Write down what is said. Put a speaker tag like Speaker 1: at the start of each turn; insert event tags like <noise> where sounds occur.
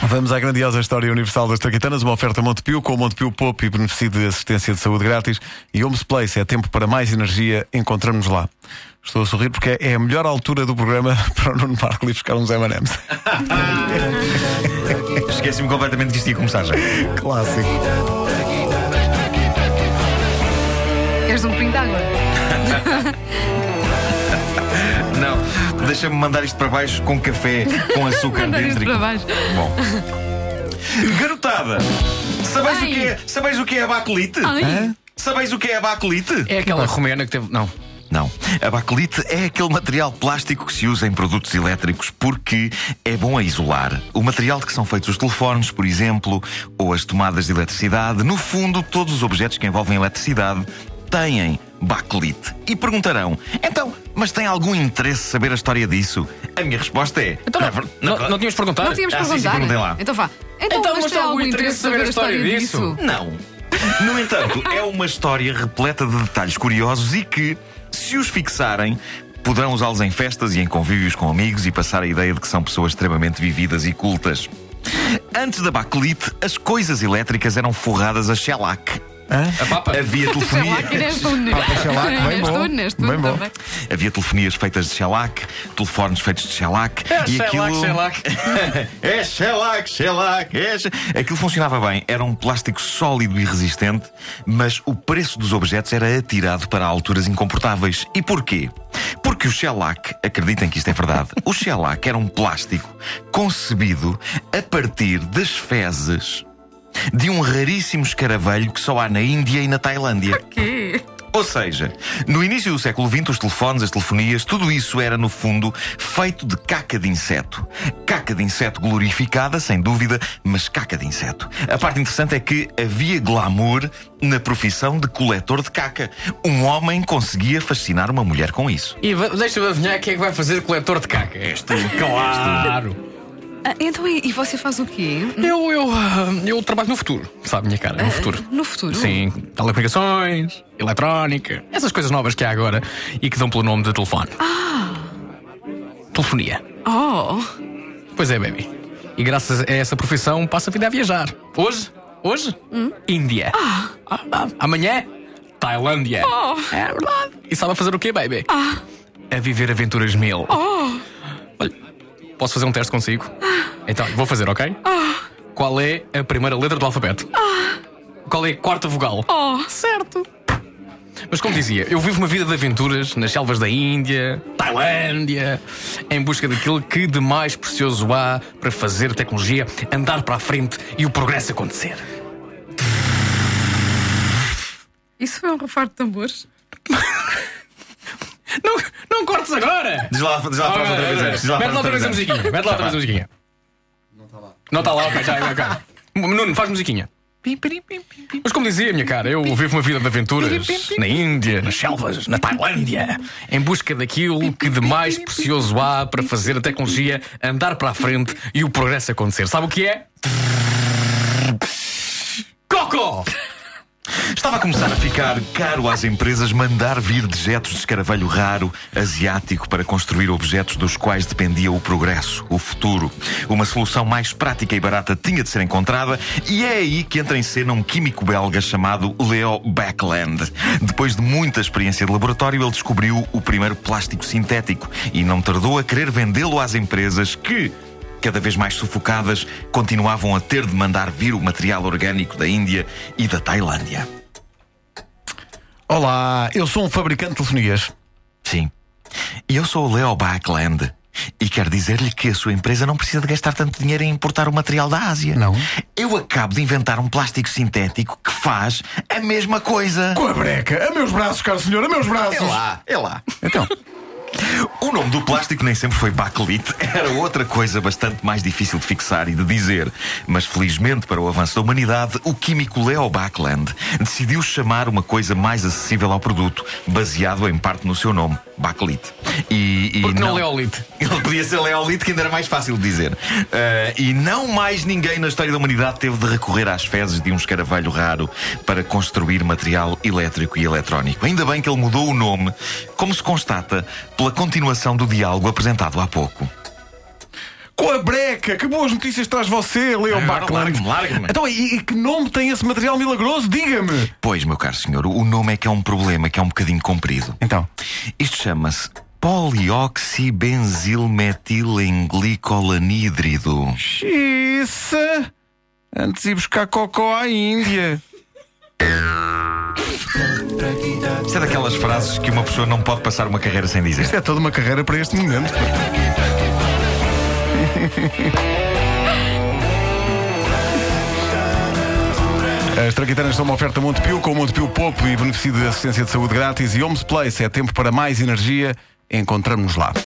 Speaker 1: Vamos à grandiosa história universal das Traquitanas, uma oferta Montepio com o Montepio Pop e beneficio de assistência de saúde grátis e Homes Place. É tempo para mais energia, encontramos lá. Estou a sorrir porque é a melhor altura do programa <laughs> para o Nuno Marco ir buscar uns M&M's.
Speaker 2: Esqueci-me completamente que isto ia começar já.
Speaker 1: Clássico.
Speaker 3: Queres um pingo de água?
Speaker 2: Não, deixa-me mandar isto para baixo com café,
Speaker 3: <laughs>
Speaker 2: com açúcar
Speaker 3: Mandar isto
Speaker 2: dentro.
Speaker 3: para baixo.
Speaker 2: Bom. Garotada! Sabeis o
Speaker 3: Ai.
Speaker 2: que é? Sabeis o que é a bacolite?
Speaker 3: Ai,
Speaker 2: Sabeis o que é a bacolite?
Speaker 4: É aquela romena que teve. Não.
Speaker 2: Não. A bacolite é aquele material plástico que se usa em produtos elétricos porque é bom a isolar. O material de que são feitos os telefones, por exemplo, ou as tomadas de eletricidade, no fundo, todos os objetos que envolvem eletricidade têm bacolite. E perguntarão: então, mas tem algum interesse saber a história disso? A minha resposta é:
Speaker 4: Então,
Speaker 2: na
Speaker 4: não,
Speaker 2: ver- na
Speaker 4: não,
Speaker 2: ver-
Speaker 4: não tínhamos perguntado?
Speaker 3: não tínhamos
Speaker 2: Ah, sim, sim, perguntem lá.
Speaker 3: perguntado. Então vá. Então,
Speaker 4: Então,
Speaker 3: mas tem algum interesse saber a história disso?
Speaker 2: Não. No entanto, é uma história repleta de detalhes curiosos e que, se os fixarem, poderão usá-los em festas e em convívios com amigos e passar a ideia de que são pessoas extremamente vividas e cultas. Antes da bacolite, as coisas elétricas eram forradas a shellac.
Speaker 4: A É papa?
Speaker 2: Havia
Speaker 3: Sei lá,
Speaker 2: telefonia.
Speaker 3: que neste túnel.
Speaker 1: lá, que bem
Speaker 3: Neste
Speaker 1: bom.
Speaker 3: túnel, neste
Speaker 1: Bem
Speaker 3: túnel
Speaker 1: bom.
Speaker 3: também.
Speaker 2: Havia telefonias feitas de shellac, telefones feitos de shellac.
Speaker 4: É,
Speaker 2: e
Speaker 4: sei lá,
Speaker 2: aquilo...
Speaker 4: sei lá.
Speaker 2: <laughs> É shellac, shellac, é she- Aquilo funcionava bem, era um plástico sólido e resistente, mas o preço dos objetos era atirado para alturas incomportáveis. E porquê? Porque o shellac, acreditem que isto é verdade, o shellac era um plástico concebido a partir das fezes de um raríssimo escaravelho que só há na Índia e na Tailândia.
Speaker 3: Quê?
Speaker 2: Ou seja, no início do século XX, os telefones, as telefonias, tudo isso era, no fundo, feito de caca de inseto. Caca de inseto glorificada, sem dúvida, mas caca de inseto. A parte interessante é que havia glamour na profissão de coletor de caca. Um homem conseguia fascinar uma mulher com isso.
Speaker 4: E va- deixa-me adivinhar quem é que vai fazer coletor de caca. És <laughs> tu, claro.
Speaker 3: Ah, Então, e e você faz o quê?
Speaker 4: Eu, eu, ah, eu trabalho no futuro, sabe, minha cara? Ah, No futuro.
Speaker 3: No futuro?
Speaker 4: Sim, telecomunicações, eletrónica, essas coisas novas que há agora e que dão pelo nome de telefone. Ah! Telefonia.
Speaker 3: Oh,
Speaker 4: Pois é, baby. E graças a essa profissão passa a vida a viajar. Hoje? Hoje?
Speaker 3: Hum?
Speaker 4: Índia. Ah, ah. Amanhã? Tailândia.
Speaker 3: Oh. Ah.
Speaker 4: É verdade. E sabe a fazer o quê, baby? A viver aventuras mil.
Speaker 3: Oh.
Speaker 4: Olha, posso fazer um teste consigo?
Speaker 3: Ah.
Speaker 4: Então, vou fazer, ok? Qual é a primeira letra do alfabeto? Qual é a quarta vogal?
Speaker 3: Ah. oh.
Speaker 4: Certo. Mas como dizia, eu vivo uma vida de aventuras nas selvas da Índia, Tailândia, em busca daquilo que de mais precioso há para fazer a tecnologia andar para a frente e o progresso acontecer.
Speaker 3: Isso foi um refar de tambores?
Speaker 4: Não, não cortes agora!
Speaker 2: Diz lá, diz lá a frase outra vez antes. diz lá a
Speaker 4: Mete
Speaker 2: frase
Speaker 4: lá outra vez a
Speaker 2: antes.
Speaker 4: musiquinha. Mete lá outra vez a musiquinha. Não está lá. Não está lá, ok, já, ok. Nuno, faz musiquinha. Mas como dizia, minha cara, eu vivo uma vida de aventuras na Índia, nas selvas, na Tailândia, em busca daquilo que de mais precioso há para fazer a tecnologia andar para a frente e o progresso acontecer. Sabe o que é? Coco!
Speaker 2: Estava a começar a ficar caro às empresas mandar vir dejetos de escaravelho raro asiático para construir objetos dos quais dependia o progresso, o futuro. Uma solução mais prática e barata tinha de ser encontrada e é aí que entra em cena um químico belga chamado Leo Backland. Depois de muita experiência de laboratório, ele descobriu o primeiro plástico sintético e não tardou a querer vendê-lo às empresas que, cada vez mais sufocadas, continuavam a ter de mandar vir o material orgânico da Índia e da Tailândia.
Speaker 1: Olá, eu sou um fabricante de telefonias.
Speaker 2: Sim. E eu sou o Leo Backland. E quero dizer-lhe que a sua empresa não precisa de gastar tanto dinheiro em importar o material da Ásia.
Speaker 1: Não.
Speaker 2: Eu acabo de inventar um plástico sintético que faz a mesma coisa.
Speaker 1: Com a breca, a meus braços, caro senhor, a meus braços.
Speaker 2: lá, é lá.
Speaker 1: Então,
Speaker 2: O nome do plástico nem sempre foi bakelite, era outra coisa bastante mais difícil de fixar e de dizer. Mas felizmente para o avanço da humanidade, o químico Leo Backland decidiu chamar uma coisa mais acessível ao produto, baseado em parte no seu nome, bakelite. E, e
Speaker 4: Porque não, não leolite.
Speaker 2: ele podia ser Leolito, que ainda era mais fácil de dizer. Ah, e não mais ninguém na história da humanidade teve de recorrer às fezes de um escaravelho raro para construir material elétrico e eletrónico. Ainda bem que ele mudou o nome, como se constata pela continuação do diálogo apresentado há pouco.
Speaker 1: Com a breca, que boas notícias traz você, Leo
Speaker 2: Agora
Speaker 1: Bach.
Speaker 2: largue-me, largue-me.
Speaker 1: Então, e, e que nome tem esse material milagroso? Diga-me.
Speaker 2: Pois, meu caro senhor, o nome é que é um problema, que é um bocadinho comprido.
Speaker 1: Então,
Speaker 2: Isto chama-se polioxibenzilmetilenglicolanídrido.
Speaker 1: xisse. Antes de ir buscar cocó à Índia.
Speaker 2: Isto é daquelas frases que uma pessoa não pode passar uma carreira sem dizer.
Speaker 1: Isto é toda uma carreira para este momento. <laughs> As Traquitanas são uma oferta Montepio com o Montepio Popo e benefício de assistência de saúde grátis e Homes Place. É tempo para mais energia. Encontramos-nos lá.